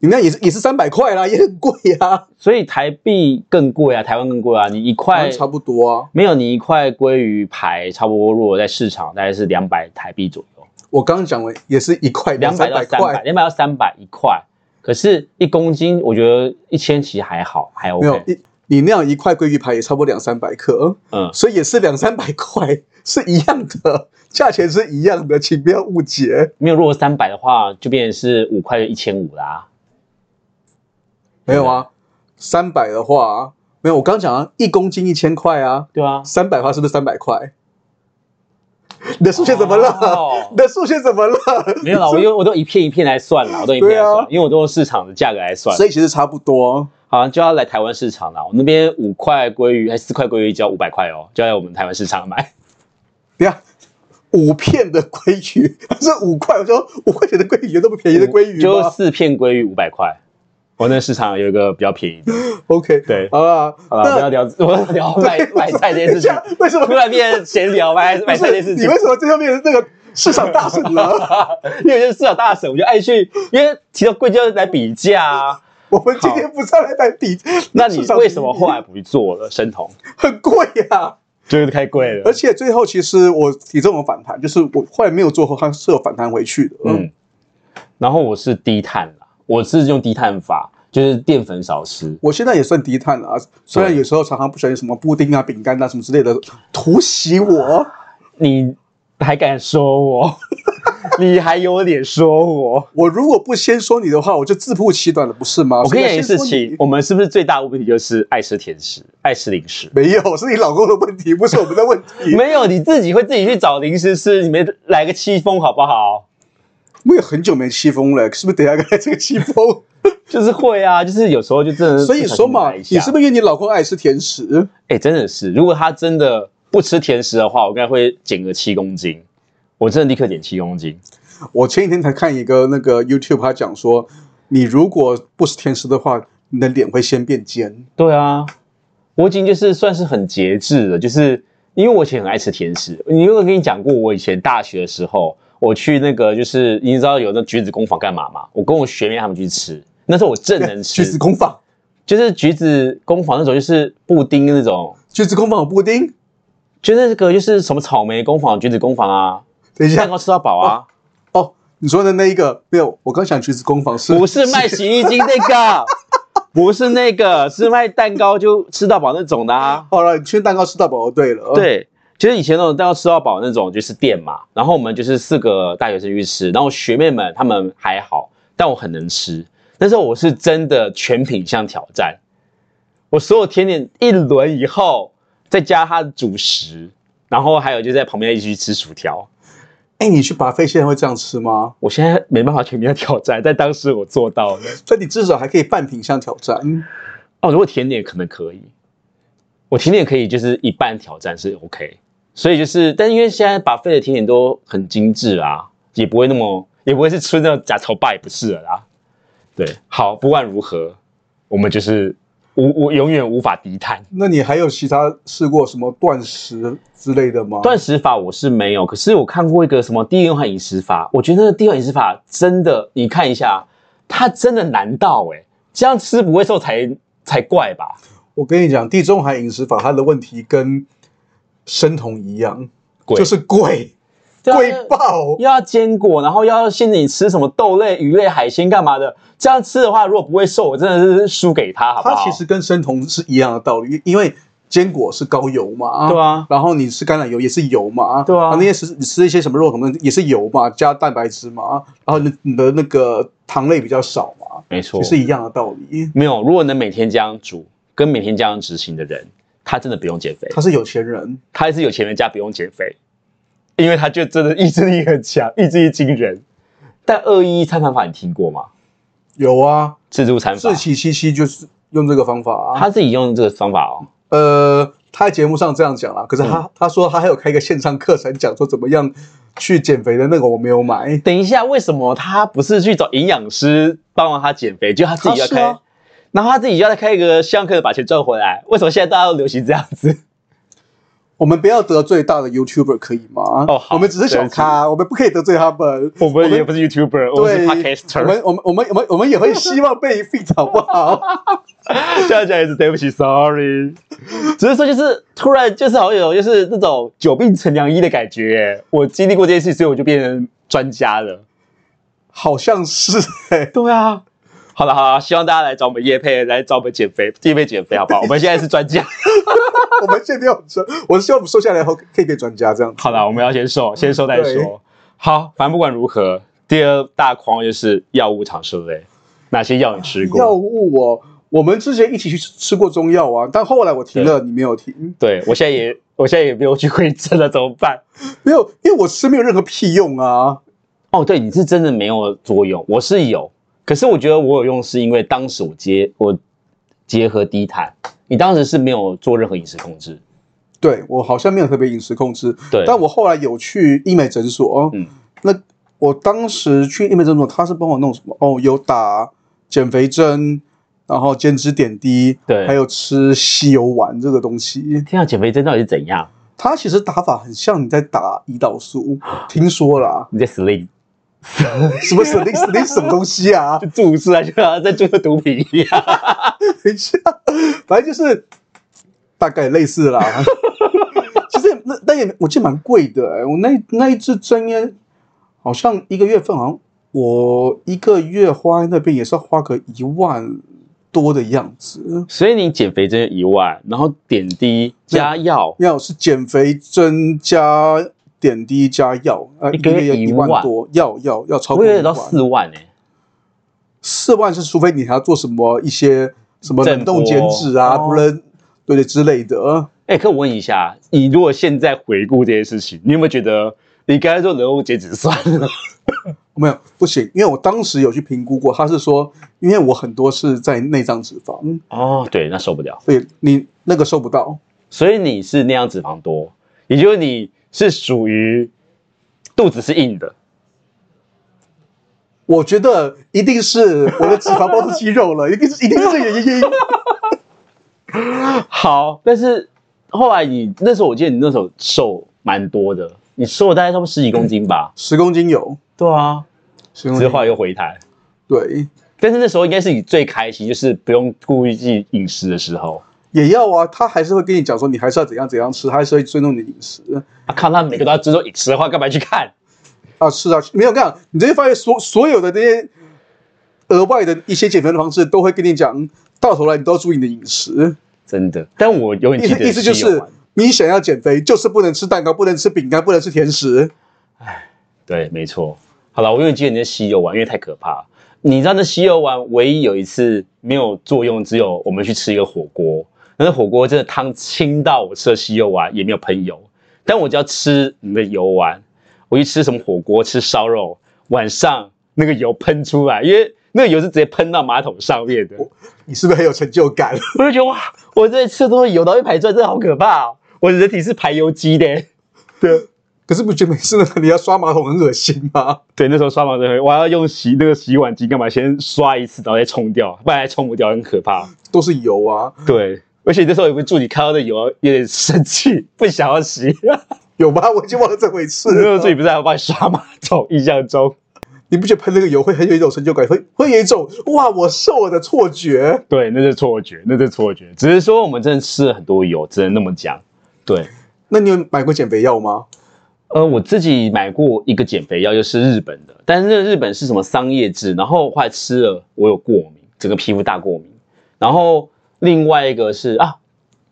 [SPEAKER 2] 你那也是也是三百块啦， 也很贵啊，
[SPEAKER 1] 所以台币更贵啊，台湾更贵啊。你一
[SPEAKER 2] 好
[SPEAKER 1] 块
[SPEAKER 2] 像差不多啊。
[SPEAKER 1] 没有，你一块鲑鱼排差不多，如果在市场大概是两百台币左右，
[SPEAKER 2] 我刚刚讲了，也是一块
[SPEAKER 1] 两百
[SPEAKER 2] 三
[SPEAKER 1] 到三百，
[SPEAKER 2] 块，
[SPEAKER 1] 两百到三百一块。可是，一公斤我觉得一千其实还好，还
[SPEAKER 2] 没有
[SPEAKER 1] OK。
[SPEAKER 2] 一你那样一块鲑鱼排也差不多两三百克，
[SPEAKER 1] 嗯，
[SPEAKER 2] 所以也是两三百块，是一样的，价钱是一样的，请不要误解。
[SPEAKER 1] 没有，如果三百的话，就变成是五块就一千五啦。
[SPEAKER 2] 没有啊，三百的话没有，我刚讲啊，一公斤一千块啊，
[SPEAKER 1] 对啊，
[SPEAKER 2] 三百的话是不是三百块？你的数学怎么了？
[SPEAKER 1] 哦
[SPEAKER 2] 你的数学怎么了？
[SPEAKER 1] 没有啦，我用我都一片一片来算啦，我都一片来
[SPEAKER 2] 对
[SPEAKER 1] 算
[SPEAKER 2] 啊，
[SPEAKER 1] 因为我都用市场的价格来算。
[SPEAKER 2] 所以其实差不多，
[SPEAKER 1] 好像就要来台湾市场啦。我们那边五块鲑鱼还四块鲑鱼只要五百块哦，就要来我们台湾市场买。
[SPEAKER 2] 你看。五片的鲑鱼， 这五块，我说五块钱的鲑鱼有那么便宜的鲑鱼
[SPEAKER 1] 就
[SPEAKER 2] 吗
[SPEAKER 1] 四片鲑鱼五百块。我那市场有一个比较便宜 的。
[SPEAKER 2] ？OK，
[SPEAKER 1] 对
[SPEAKER 2] 好了，
[SPEAKER 1] 好了，不要聊，我要聊买买菜这件 事情。
[SPEAKER 2] 等一下为什么
[SPEAKER 1] 突然变闲聊买买菜这件事
[SPEAKER 2] 你
[SPEAKER 1] 情？
[SPEAKER 2] 为什么最后变成那个市场大神了？
[SPEAKER 1] 因为我就是市场大神，我就爱去，因为提到贵就要来比价啊。
[SPEAKER 2] 我们今天不是要来谈底，
[SPEAKER 1] 那你
[SPEAKER 2] 市场
[SPEAKER 1] 为什么后来不做了生酮？
[SPEAKER 2] 很贵啊？
[SPEAKER 1] 就是太贵了
[SPEAKER 2] 而且最后其实我体重有反弹，就是我后来没有做后，它是有反弹回去的。嗯，
[SPEAKER 1] 嗯，然后我是低碳啦，我是用低碳法，就是淀粉少吃。
[SPEAKER 2] 我现在也算低碳了啊，虽然有时候常常不小心什么布丁啊、饼干啊什么之类的突袭我，
[SPEAKER 1] 你还敢说我？ 你还有脸说我？
[SPEAKER 2] 我如果不先说你的话，我就自曝其短了，不是吗？
[SPEAKER 1] 我跟你
[SPEAKER 2] 所
[SPEAKER 1] 讲
[SPEAKER 2] 以
[SPEAKER 1] 一
[SPEAKER 2] 要
[SPEAKER 1] 件
[SPEAKER 2] 先
[SPEAKER 1] 事
[SPEAKER 2] 说
[SPEAKER 1] 情
[SPEAKER 2] 你，。
[SPEAKER 1] 我们是不是最大的问题就是爱吃甜食，爱吃零食？
[SPEAKER 2] 没有，是你老公的问题，不是我们的问 题。
[SPEAKER 1] 没有，你自己会自己去找零食吃，你们来个戚风好不好？
[SPEAKER 2] 我也很久没气疯了，是不是？等一下该这个气疯。
[SPEAKER 1] 就是会啊，就是有时候就真呃的不小心来
[SPEAKER 2] 所以
[SPEAKER 1] 一下。
[SPEAKER 2] 说嘛，你是不是因为你老公爱吃甜食？
[SPEAKER 1] 哎、真的是，如果他真的不吃甜食的话，我应该会减个七公斤。我真的立刻减七公斤。
[SPEAKER 2] 我前几天才看一个那个 YouTube，他讲说，你如果不吃甜食的话，你的脸会先变尖。
[SPEAKER 1] 对啊，我已经就是算是很节制了，就是因为我以前很爱吃甜食。你有没有跟你讲过，我以前大学的时候，我去那个就是你知道有那橘子工坊干嘛吗？我跟我学妹他们去吃，那时候我正能吃，
[SPEAKER 2] 橘子工坊，
[SPEAKER 1] 就是橘子工坊那种，就是布丁那种，
[SPEAKER 2] 橘子工坊有布丁。
[SPEAKER 1] 就是那个就是什么草莓工坊、橘子工坊 啊，
[SPEAKER 2] 等一
[SPEAKER 1] 蛋
[SPEAKER 2] 下
[SPEAKER 1] 糕吃到饱 啊，
[SPEAKER 2] 哦，你说的那一个没有，我刚想橘子工坊是
[SPEAKER 1] 不是卖洗衣精那个，不是那个，是卖蛋糕就吃到饱那种的啊。
[SPEAKER 2] 好了，你去蛋糕吃到饱就对了。，
[SPEAKER 1] 对，其实以前那种蛋糕吃到饱那种就是店嘛，然后我们就是四个大学生去吃，然后学妹们她们还好，但我很能吃。那时候我是真的全品项挑战，我所有甜点一轮以后，再加它的主食，然后还有就在旁边一起去吃薯条。
[SPEAKER 2] 哎，你去把费现在会这样吃吗？
[SPEAKER 1] 我现在没办法全品项挑战，但当时我做到了。
[SPEAKER 2] 所以你至少还可以半品相挑战。
[SPEAKER 1] 哦，如果甜点可能可以，我甜点可以就是一半挑战是 OK，所以就是，但因为现在把费的甜点都很精致啊，也不会那么，也不会是吃那种假头霸也不是了啦。对，好，不管如何，我们就是无我永远无法低碳。
[SPEAKER 2] 那你还有其他试过什么断食之类的吗？
[SPEAKER 1] 断食法我是没有，可是我看过一个什么第一环饮食法，我觉得那个第一环饮食法真的，你看一下，它真的难到哎、这样吃不会瘦才才怪吧？
[SPEAKER 2] 我跟你讲，地中海饮食法它的问题跟生酮一样，
[SPEAKER 1] 贵
[SPEAKER 2] 就是贵，
[SPEAKER 1] 对啊
[SPEAKER 2] 贵
[SPEAKER 1] 那
[SPEAKER 2] 爆。
[SPEAKER 1] 又要坚果，然后又要限制你吃什么豆类、鱼类、海鲜干嘛的，这样吃的话，如果不会瘦，我真的是输给他，好不好？
[SPEAKER 2] 它其实跟生酮是一样的道理，因为坚果是高油嘛，
[SPEAKER 1] 对啊
[SPEAKER 2] 然后你吃橄榄油也是油嘛，
[SPEAKER 1] 对啊
[SPEAKER 2] 然后那些吃你吃一些什么肉什么的也是油嘛，加蛋白质嘛，然后你的你的那个糖类比较少嘛，
[SPEAKER 1] 没错
[SPEAKER 2] 也，是一样的道理。
[SPEAKER 1] 没有。如果能每天这样煮，跟每天这样执行的人，他真的不用减肥，
[SPEAKER 2] 他是有钱人，
[SPEAKER 1] 他还是有钱人家不用减肥，因为他就真的意志力很强， 意志力惊人。但二一一餐盘法你听过吗？
[SPEAKER 2] 有啊，
[SPEAKER 1] 自助餐法
[SPEAKER 2] 自，欺欺欺就是用这个方法啊。
[SPEAKER 1] 他自己用这个方法哦。
[SPEAKER 2] 呃，他在节目上这样讲啦，可是他、他说他还有开一个线上课程，讲说怎么样去减肥的那个我没有买。
[SPEAKER 1] 等一下，为什么他不是去找营养师帮忙他减肥，就他自己要
[SPEAKER 2] 他是
[SPEAKER 1] 开，
[SPEAKER 2] 啊
[SPEAKER 1] 然后他自己要再开一个相课把钱赚回来？为什么现在大家都流行这样子？
[SPEAKER 2] 我们不要得罪大的 YouTuber 可以吗？
[SPEAKER 1] 哦好
[SPEAKER 2] 我们只是小咖，我们不可以得罪他们。
[SPEAKER 1] 我们也不是 YouTuber，我们
[SPEAKER 2] 对，
[SPEAKER 1] 是
[SPEAKER 2] 我
[SPEAKER 1] Podcaster。
[SPEAKER 2] 们我们我们我们我们也会希望被 fit 好不好？
[SPEAKER 1] 这样讲也是对不起，Sorry。只是说就是突然就是好像有就是那种久病成良医的感觉耶。我经历过这件事，所以我就变成专家了。
[SPEAKER 2] 好像是哎、
[SPEAKER 1] 对啊。好了好了，希望大家来找我们叶配，来找我们减肥，叶配减肥好不好？我们现在是专家。
[SPEAKER 2] 我们现在要说，我是希望我们瘦下来后可以变专家这样子。
[SPEAKER 1] 好了，我们要先瘦，先瘦再
[SPEAKER 2] 对
[SPEAKER 1] 说。好，反正不管如何，第二大框就是药物常设类，哪些药你吃
[SPEAKER 2] 药
[SPEAKER 1] 过？
[SPEAKER 2] 物我我们之前一起去吃吃过中药啊，但后来我停了，你没有停，
[SPEAKER 1] 对我现在也，我现在也没有去会诊了，怎么办？
[SPEAKER 2] 没有，因为我吃没有任何屁用啊。
[SPEAKER 1] 哦，对，你是真的没有作用，我是有，可是我觉得我有用，是因为当时我结我结合低碳，你当时是没有做任何饮食控制，
[SPEAKER 2] 对我好像没有特别饮食控制，
[SPEAKER 1] 对，
[SPEAKER 2] 但我后来有去医美诊所，
[SPEAKER 1] 嗯，
[SPEAKER 2] 那我当时去医美诊所，他是帮我弄什么？哦，有打减肥针，然后减脂点滴，
[SPEAKER 1] 对
[SPEAKER 2] 还有吃吸油丸这个东西。
[SPEAKER 1] 天啊，减肥针到底是怎样？
[SPEAKER 2] 它其实打法很像你在打胰岛素，听说啦，
[SPEAKER 1] 你在 slim
[SPEAKER 2] 什么 s l i s l i 什么东西啊？
[SPEAKER 1] 就注射，就好像在注射毒品一样。
[SPEAKER 2] 等一下， 反正就是大概类似啦。 其实也那那也我记得蛮贵的、欸，我那那一支针烟好像一个月份，好像我一个月花在那边也是要花个一万多的样子。
[SPEAKER 1] 所以你减肥针一万，然后点滴加药，
[SPEAKER 2] 药是减肥针加点滴加药，呃，
[SPEAKER 1] 一
[SPEAKER 2] 一
[SPEAKER 1] 个
[SPEAKER 2] 个
[SPEAKER 1] 月
[SPEAKER 2] 月
[SPEAKER 1] 一
[SPEAKER 2] 一
[SPEAKER 1] 万
[SPEAKER 2] 万多，药药要超
[SPEAKER 1] 我
[SPEAKER 2] 过
[SPEAKER 1] 以
[SPEAKER 2] 一
[SPEAKER 1] 为到
[SPEAKER 2] 万。
[SPEAKER 1] 四万欸呢、
[SPEAKER 2] 四万是除非你还要做什么一些什么冷冻减脂
[SPEAKER 1] 震
[SPEAKER 2] 啊，
[SPEAKER 1] 哦波
[SPEAKER 2] 不然对对之类的。
[SPEAKER 1] 哎、可我问一下，你如果现在回顾这件事情，你有没有觉得你刚才说人物减脂算了？
[SPEAKER 2] 没有，不行，因为我当时有去评估过，他是说，因为我很多是在内脏脂肪，
[SPEAKER 1] 哦，对，那受不了。
[SPEAKER 2] 所以你那个收不到。
[SPEAKER 1] 所以你是那样脂肪多，也就是你是属于肚子是硬的，
[SPEAKER 2] 我觉得一定是我的脂肪包是肌肉了，一定是一定是这个原因。
[SPEAKER 1] 好，但是后来你那时候我记得你那时候瘦蛮多的，你瘦了大概差不多十几公斤吧？
[SPEAKER 2] 十公斤有，
[SPEAKER 1] 嗯对啊，
[SPEAKER 2] 十公
[SPEAKER 1] 之
[SPEAKER 2] 斤
[SPEAKER 1] 后来又回弹，
[SPEAKER 2] 对，
[SPEAKER 1] 但是那时候应该是你最开心，就是不用顾忌饮食的时候。
[SPEAKER 2] 也要啊，他还是会跟你讲说，你还是要怎样怎样吃，他还是会尊重你的饮食
[SPEAKER 1] 啊，看他每个都要遵守饮食的话，干嘛去看？
[SPEAKER 2] 啊，吃啊，没有这样，你就会发现所所有的那些额外的一些减肥的方式，都会跟你讲，到头来你都要注意你的饮食。
[SPEAKER 1] 真的，但我永远
[SPEAKER 2] 意
[SPEAKER 1] 记
[SPEAKER 2] 思
[SPEAKER 1] 得
[SPEAKER 2] 意思就
[SPEAKER 1] 西柚
[SPEAKER 2] 是
[SPEAKER 1] 丸，
[SPEAKER 2] 你想要减肥，就是不能吃蛋糕，不能吃饼干，不能吃甜食。
[SPEAKER 1] 对，没错。好了，我永远记得你的西柚丸，因为太可怕了。你知道那西柚丸唯一有一次没有作用，只有我们去吃一个火锅，那火锅真的汤清到我吃了西柚丸也没有喷油，但我只要吃你的油丸，我去吃什么火锅、吃烧肉，晚上那个油喷出来，因为那个油是直接喷到马桶上面的，
[SPEAKER 2] 你是不是很有成就感？
[SPEAKER 1] 我就觉得哇，
[SPEAKER 2] 啊
[SPEAKER 1] 我这吃多油到一排转，真的好可怕、哦！我的人体是排油肌的，对，
[SPEAKER 2] 可是不觉得每次那你要刷马桶很恶心吗？
[SPEAKER 1] 对，那时候刷马桶会，我还要用洗那个洗碗机干嘛？先刷一次，然后再冲掉，不然还冲不掉，很可怕。
[SPEAKER 2] 都是油啊，
[SPEAKER 1] 对，而且那时候也不助理看到那油，有点生气，不想要洗。
[SPEAKER 2] 有吧？ 我已经忘了这回事
[SPEAKER 1] 那时候助理
[SPEAKER 2] 了。
[SPEAKER 1] 不是还要帮你刷马桶，印象中。
[SPEAKER 2] 你不觉得喷那个油会很有一种成就感，会会有一种哇我瘦了的错觉？
[SPEAKER 1] 对，那是错觉，那是错觉。只是说我们真的吃了很多油，只能那么讲。对，
[SPEAKER 2] 那你有买过减肥药吗？
[SPEAKER 1] 呃，我自己买过一个减肥药，就是日本的，但是那个日本是什么桑叶制，然后后来吃了，我有过敏，整个皮肤大过敏。然后另外一个是啊，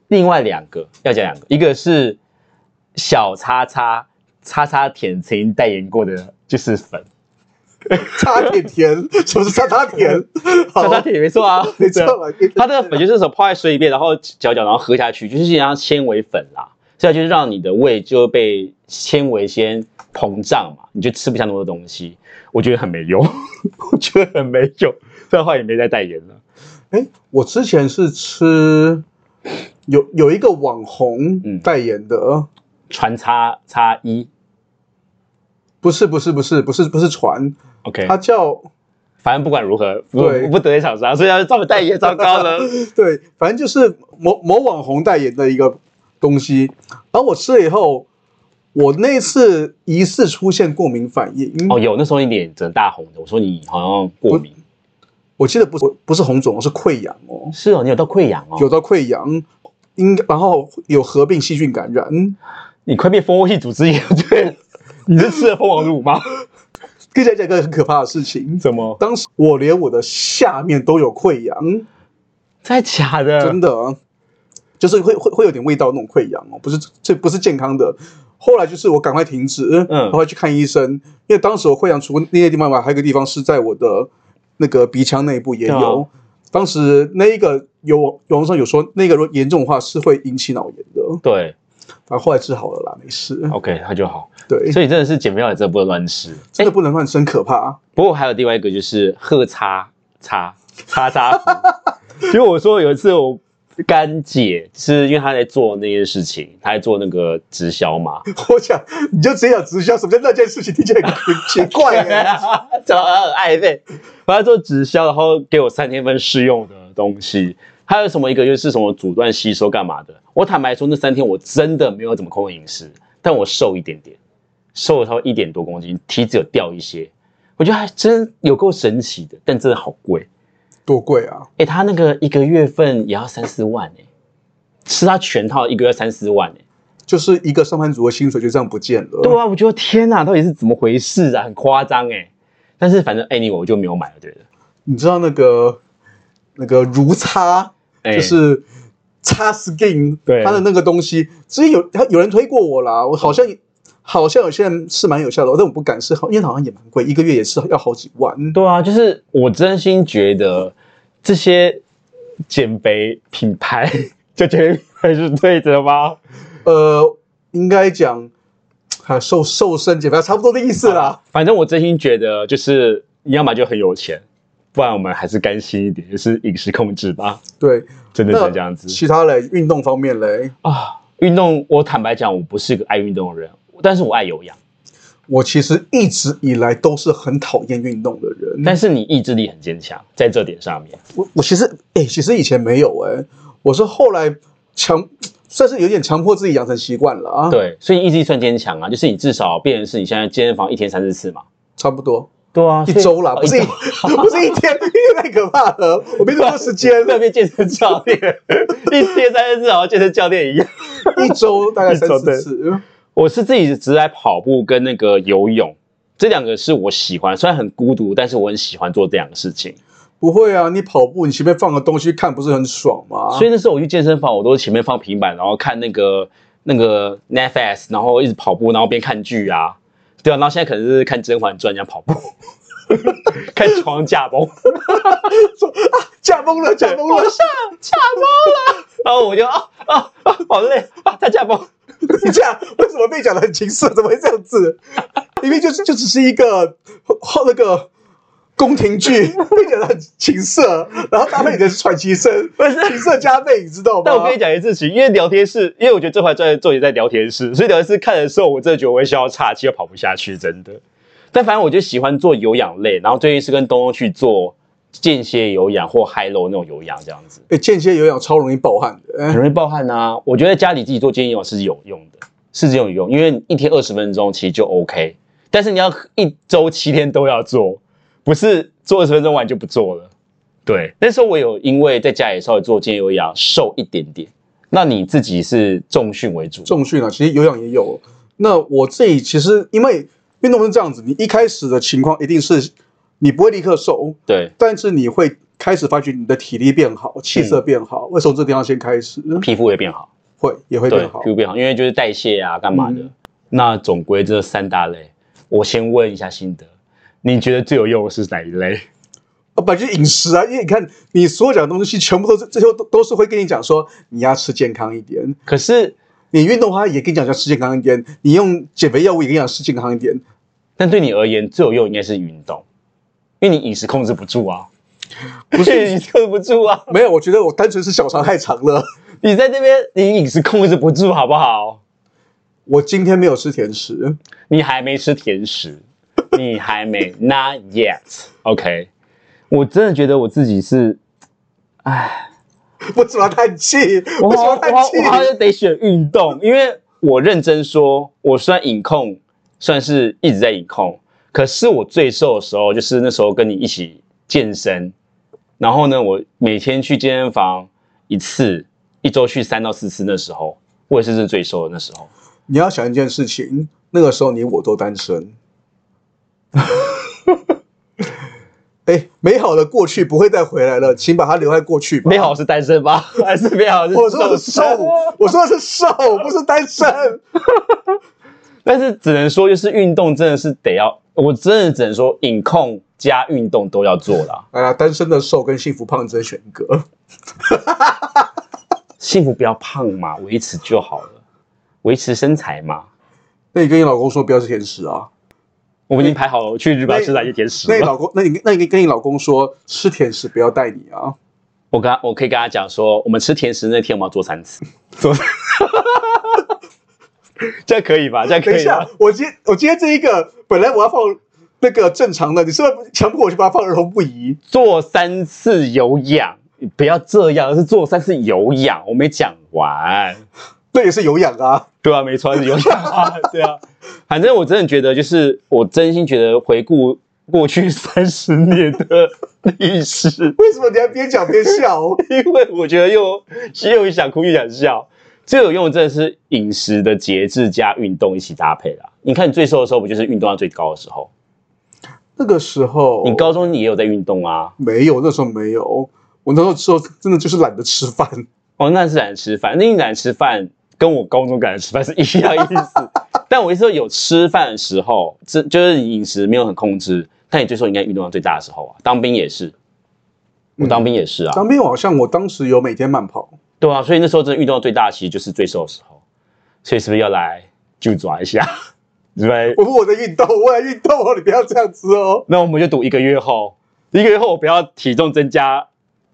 [SPEAKER 1] 另外两个要讲两个，一个是小叉叉叉叉甜曾经代言过的，就是粉，
[SPEAKER 2] 差点甜， 什么是差差甜？好
[SPEAKER 1] 叉，叉甜也没错啊，
[SPEAKER 2] 你知道吗？你
[SPEAKER 1] 它的粉就是手泡在水里面，然后搅搅，然后喝下去，就是像纤维粉啦。这样就是让你的胃就被纤维先膨胀嘛，你就吃不下那么多东西。我觉得很没用， 我觉得很没用。这话也没再代言了。
[SPEAKER 2] 哎，我之前是吃有有一个网红
[SPEAKER 1] 嗯
[SPEAKER 2] 代言的，
[SPEAKER 1] 穿叉叉一
[SPEAKER 2] 不是不是不是不是不是船，
[SPEAKER 1] ，OK，
[SPEAKER 2] 它叫
[SPEAKER 1] 反正不管如何，
[SPEAKER 2] 对
[SPEAKER 1] 我不得罪厂商，所以要他们代言糟糕了。
[SPEAKER 2] 对，反正就是某某网红代言的一个东西。然后我吃了以后，我那次疑似出现过敏反应，
[SPEAKER 1] 哦，有那时候你脸整大红的，我说你好像过敏，
[SPEAKER 2] 我记得不是不是红肿，是溃疡哦，
[SPEAKER 1] 是哦，你有到溃疡哦，
[SPEAKER 2] 有到溃疡，应然后有合并细菌感染，
[SPEAKER 1] 你快变蜂窝性组织炎了对了，你是吃了蜂王乳吗？
[SPEAKER 2] 跟大家讲一个很可怕的事情。
[SPEAKER 1] 怎么？
[SPEAKER 2] 当时我连我的下面都有溃疡，
[SPEAKER 1] 太假的，
[SPEAKER 2] 真的，啊就是会会会有点味道那种溃疡哦，不是这不是健康的。后来就是我赶快停止，
[SPEAKER 1] 嗯
[SPEAKER 2] 然后去看医生，因为当时我溃疡除了那些地方以外，还有一个地方是在我的那个鼻腔内部也有。
[SPEAKER 1] 哦
[SPEAKER 2] 当时那一个有网有网上有说，那个如果严重的话是会引起脑炎的，
[SPEAKER 1] 对。
[SPEAKER 2] 反正后来治好了啦，没事。
[SPEAKER 1] OK，那就好。
[SPEAKER 2] 对，
[SPEAKER 1] 哦所以哎真的是减肥药也真的不能乱吃。
[SPEAKER 2] 真的不能乱生，可怕。
[SPEAKER 1] 不过还有另外一个就是喝叉叉叉叉服，因为我说有一次我干姐是因为她在做那件事情，她在做那个直销嘛，
[SPEAKER 2] 我想你就直接讲直销，什么叫那件事情，听起来很奇怪、 欸。
[SPEAKER 1] 怎么很暧昧？反正做直销，然后给我三天份试用的东西，还有什么一个就是什么阻断吸收干嘛的。我坦白说，那三天我真的没有怎么控制饮食，但我瘦一点点，瘦了超一点多公斤，体脂有掉一些，我觉得还真有够神奇的，但真的好贵。
[SPEAKER 2] 多贵啊！
[SPEAKER 1] 哎、他那个一个月份也要三四万哎、吃他全套一个月三四万哎、
[SPEAKER 2] 就是一个上班族的薪水就这样不见了。
[SPEAKER 1] 对啊，我觉得天哪，到底是怎么回事啊？很夸张哎。但是反正 anyway 我就没有买了，对的。
[SPEAKER 2] 你知道那个那个如擦，
[SPEAKER 1] 哎
[SPEAKER 2] 就是擦 skin，
[SPEAKER 1] 对
[SPEAKER 2] 它的那个东西，之前有有人推过我啦，我好像、好像有些人是蛮有效的，但我不敢试，好因为好像也蛮贵，一个月也是要好几万。
[SPEAKER 1] 对啊，就是我真心觉得这些减肥品牌，就减肥品牌是对的吗？
[SPEAKER 2] 呃，应该讲啊瘦瘦身减肥差不多的意思啦。
[SPEAKER 1] 反正我真心觉得，就是你要么就很有钱，不然我们还是甘心一点，就是饮食控制吧。
[SPEAKER 2] 对，
[SPEAKER 1] 真的
[SPEAKER 2] 那
[SPEAKER 1] 是这样子
[SPEAKER 2] 其他嘞，运动方面嘞，
[SPEAKER 1] 啊。运动，我坦白讲，我不是个爱运动的人，但是我爱有氧。
[SPEAKER 2] 我其实一直以来都是很讨厌运动的人。
[SPEAKER 1] 但是你意志力很坚强，在这点上面，
[SPEAKER 2] 我我其实哎、其实以前没有哎、我是后来强，算是有点强迫自己养成习惯了啊。，
[SPEAKER 1] 对，所以意志力算坚强啊。就是你至少变成是你现在健身房一天三四次嘛。
[SPEAKER 2] 差不多
[SPEAKER 1] 对啊，
[SPEAKER 2] 一周啦，不是一不是一天， 一天太可怕了，我没这么多时间，
[SPEAKER 1] 特别健身教 练，一天三四次好像健身教练一样。
[SPEAKER 2] 一周大概
[SPEAKER 1] 一周
[SPEAKER 2] 三
[SPEAKER 1] 对
[SPEAKER 2] 四次。
[SPEAKER 1] 我是自己只来跑步跟那个游泳，这两个是我喜欢，虽然很孤独，但是我很喜欢做这两个事情。
[SPEAKER 2] 不会啊，你跑步，你前面放个东西看，不是很爽吗？
[SPEAKER 1] 所以那时候我去健身房，我都是前面放平板，然后看那个那个 Netflix，然后一直跑步，然后边看剧啊，对啊，然后现在可能是看《甄嬛传》这样跑 步，看《床架崩》，
[SPEAKER 2] 驾崩了，驾崩了，
[SPEAKER 1] 架崩了，然后我就啊啊啊，好累啊，他 架崩，
[SPEAKER 2] 你这样为什么被讲的很情色？怎么会这样子？明明就是就只是一个后那个宫廷剧，并且很情色，然后搭配你的喘息声，
[SPEAKER 1] 不是
[SPEAKER 2] 情色加倍，你知道吗？
[SPEAKER 1] 但我跟你讲一件事情，因为聊天室，因为我觉得这块专业重点在聊天室，所以聊天室看的时候，我真的觉得我会笑到岔气，又跑不下去，真的。但反正我就喜欢做有氧类，然后最近是跟东东去做间歇有氧或 high low 那种有氧，这样子
[SPEAKER 2] 哎，间歇有氧超容易暴汗的，
[SPEAKER 1] 很
[SPEAKER 2] 哎
[SPEAKER 1] 容易暴汗啊。我觉得家里自己做间歇有氧是有用的，是真有用，因为你一天二十分钟其实就 OK，但是你要一周七天都要做，不是做二十分钟完就不做了。对，那时候我有因为在家里稍微做间歇有氧瘦一点点。那你自己是重训为主吗，
[SPEAKER 2] 重训啊，其实有氧也有。那我自己其实因为运动是这样子，你一开始的情况一定是你不会立刻瘦，
[SPEAKER 1] 对
[SPEAKER 2] 但是你会开始发觉你的体力变
[SPEAKER 1] 嗯
[SPEAKER 2] 好，气色变好。为什么这地方先开始？
[SPEAKER 1] 皮肤也变好，
[SPEAKER 2] 会也会
[SPEAKER 1] 对
[SPEAKER 2] 变好
[SPEAKER 1] 皮。肤变好，因为就是代谢啊，干嘛的。
[SPEAKER 2] 嗯
[SPEAKER 1] 那总归这三大类，我先问一下心得，你觉得最有用的是哪一类？
[SPEAKER 2] 啊，本来就是饮食啊，因为你看你所讲的东西，全部都是这些都都是会跟你讲说你要吃健康一点，
[SPEAKER 1] 可是，
[SPEAKER 2] 你运动的话也跟你讲要吃健康一点，你用减肥药物也跟你讲吃健康一点。
[SPEAKER 1] 但对你而言最有用应该是运动，因为你饮食控制不住啊，不是 你控制不住啊，
[SPEAKER 2] 没有，我觉得我单纯是小肠太长了。
[SPEAKER 1] 你在这边你饮食控制不住好不好？
[SPEAKER 2] 我今天没有吃甜食，
[SPEAKER 1] 你还没吃甜食，你还没 not yet。OK，我真的觉得我自己是，唉。
[SPEAKER 2] 为什么要叹气？
[SPEAKER 1] 我
[SPEAKER 2] 为什
[SPEAKER 1] 好
[SPEAKER 2] 么
[SPEAKER 1] 我
[SPEAKER 2] 要
[SPEAKER 1] 好我好
[SPEAKER 2] 叹气？
[SPEAKER 1] 像得选运动，因为我认真说，我虽然隐控，算是一直在隐控，可是我最瘦的时候就是那时候跟你一起健身，然后呢，我每天去健身房一次，一周去三到四次，那时候我也是是最瘦的那时候。
[SPEAKER 2] 你要想一件事情，那个时候你我都单身。 哎，美好的过去不会再回来了，请把它留在过去 吧。
[SPEAKER 1] 美好是单身吧，还是美好是
[SPEAKER 2] 我说的是
[SPEAKER 1] 瘦
[SPEAKER 2] 瘦？，我说的是瘦，不是单身。
[SPEAKER 1] 但是只能说就是运动真的是得要，我真的只能说隐控加运动都要做啦。
[SPEAKER 2] 哎呀，单身的瘦跟幸福胖只能选一个。
[SPEAKER 1] 幸福不要胖嘛，维持就好了，维持身材嘛。
[SPEAKER 2] 那你跟你老公说不要吃甜食啊？
[SPEAKER 1] 我们已经排好了，我去日本吃哪些甜食
[SPEAKER 2] 那你
[SPEAKER 1] 了。
[SPEAKER 2] 老公，那你那你跟你老公说吃甜食不要带你啊？
[SPEAKER 1] 我跟他，我可以跟他讲说，我们吃甜食那天我们要做三次，做， 这样可以吧？这样可
[SPEAKER 2] 等一
[SPEAKER 1] 以吧
[SPEAKER 2] 下？，我今天我今天这一个本来我要放那个正常的，你是不是强迫我去把它放儿童不宜？
[SPEAKER 1] 做三次有氧，你不要这样，是做三次有氧。我没讲完，
[SPEAKER 2] 那也是有氧啊。
[SPEAKER 1] 对啊，没错，是有氧 啊，对啊。反正我真的觉得，就是我真心觉得回顾过去三十年的历史，
[SPEAKER 2] 为什么你还边讲边笑？
[SPEAKER 1] 因为我觉得又又想哭又想笑。最有用的真的是饮食的节制加运动一起搭配啦。你看你最瘦的时候，不就是运动到最高的时候？
[SPEAKER 2] 那个时候
[SPEAKER 1] 你高中你也有在运动啊？
[SPEAKER 2] 没有，那时候没有。我那时候真的就是懒得吃饭，
[SPEAKER 1] 哦，那是懒得吃饭，那你懒得吃饭跟我高中懒得吃饭是一样意思。 但我意思说，有吃饭的时候，这就是你饮食没有很控制，但你最瘦应该运动到最大的时候啊。当兵也是，我当兵也是啊。
[SPEAKER 2] 嗯当兵好像我当时有每天慢跑。
[SPEAKER 1] 对啊，所以那时候真的运动到最大，其实就是最瘦的时候。所以是不是要来就抓一下？ 对不对？
[SPEAKER 2] 我我在运动，我在运动哦，你不要这样子哦。
[SPEAKER 1] 那我们就赌一个月后，一个月后我不要体重增加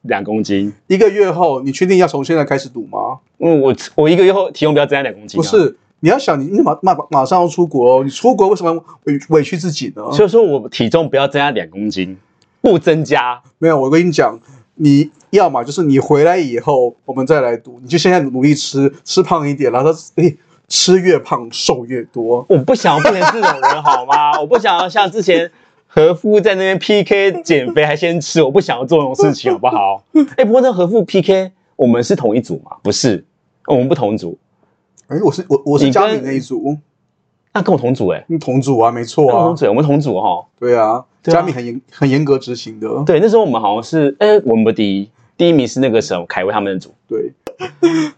[SPEAKER 1] 两公斤。
[SPEAKER 2] 一个月后，你确定要从现在开始赌吗？
[SPEAKER 1] 嗯，我我一个月后体重不要增加两公斤、啊
[SPEAKER 2] 不，是，你要想，你你马马马上要出国哦，你出国为什么要委委屈自己呢？
[SPEAKER 1] 所以说我体重不要增加两公斤，不增加。
[SPEAKER 2] 没有，我跟你讲，你要嘛就是你回来以后，我们再来赌，你就现在努力吃，吃胖一点，然后诶，吃越胖瘦越多。
[SPEAKER 1] 我不想要变成这种人好吗？ 我不想要像之前何夫在那边 PK 减肥还先吃，我不想要做这种事情好不 好？哎、不过那何夫 PK 我们是同一组吗？不是，哦我们不同组，
[SPEAKER 2] 哎，我是我我是
[SPEAKER 1] 你跟
[SPEAKER 2] 嘉敏那一组，
[SPEAKER 1] 那跟我同组哎、
[SPEAKER 2] 你同组啊，没错
[SPEAKER 1] 跟我同
[SPEAKER 2] 啊，
[SPEAKER 1] 组、欸，我们同组哈、
[SPEAKER 2] 对啊，
[SPEAKER 1] 对啊
[SPEAKER 2] 嘉敏很严很严格执行的，
[SPEAKER 1] 对，那时候我们好像是，哎、我们不第一，第一名是那个什么凯威他们的组。
[SPEAKER 2] 对，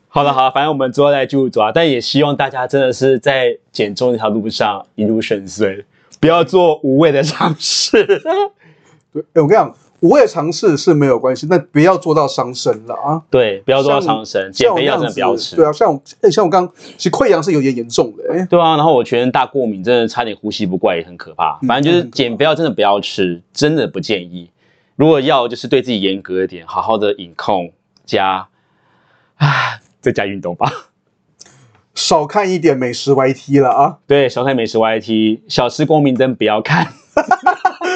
[SPEAKER 1] 好了好了，反正我们之后再继续抓，啊但也希望大家真的是在减重这条路上一路顺遂，不要做无谓的尝试。
[SPEAKER 2] 对，哎，我跟你讲，我也尝试是没有关系，但不要做到伤身了啊。
[SPEAKER 1] 对，不要做到
[SPEAKER 2] 像
[SPEAKER 1] 伤身，减
[SPEAKER 2] 像我
[SPEAKER 1] 肥
[SPEAKER 2] 那
[SPEAKER 1] 药真
[SPEAKER 2] 样
[SPEAKER 1] 的
[SPEAKER 2] 子
[SPEAKER 1] 不要吃。
[SPEAKER 2] 对啊，像我哎像我刚，其实溃疡是有点严重的、哎
[SPEAKER 1] 对啊，然后我全身大过敏，真的差点呼吸不过来，也很可怕。
[SPEAKER 2] 嗯
[SPEAKER 1] 反正就是
[SPEAKER 2] 很可怕
[SPEAKER 1] 减肥药啊真的不要吃，真的不建议。如果要，就是对自己严格一点，好好的饮控加，唉，再加运动吧。
[SPEAKER 2] 少看一点美食 YT 了啊。
[SPEAKER 1] 对，少看美食 YT，小吃光明灯不要看。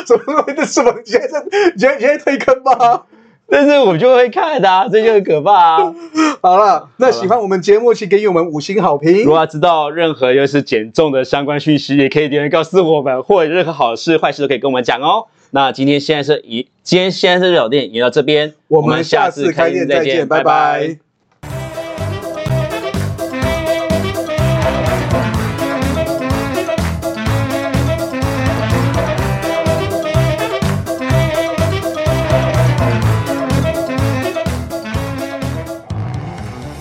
[SPEAKER 2] 怎么会这么？你现在在你现在你现在推坑吗？
[SPEAKER 1] 但是我就会看的、啊，这就很可怕啊！
[SPEAKER 2] 好了，那喜欢我们节目，请给予我们五星好评
[SPEAKER 1] 如。果要知道任何就是减重的相关讯息，也可以留言告诉我们，或者任何好事坏事都可以跟我们讲哦。那今天现在是一，今天现在是老店，也到这边，
[SPEAKER 2] 我们下次开店再见，拜拜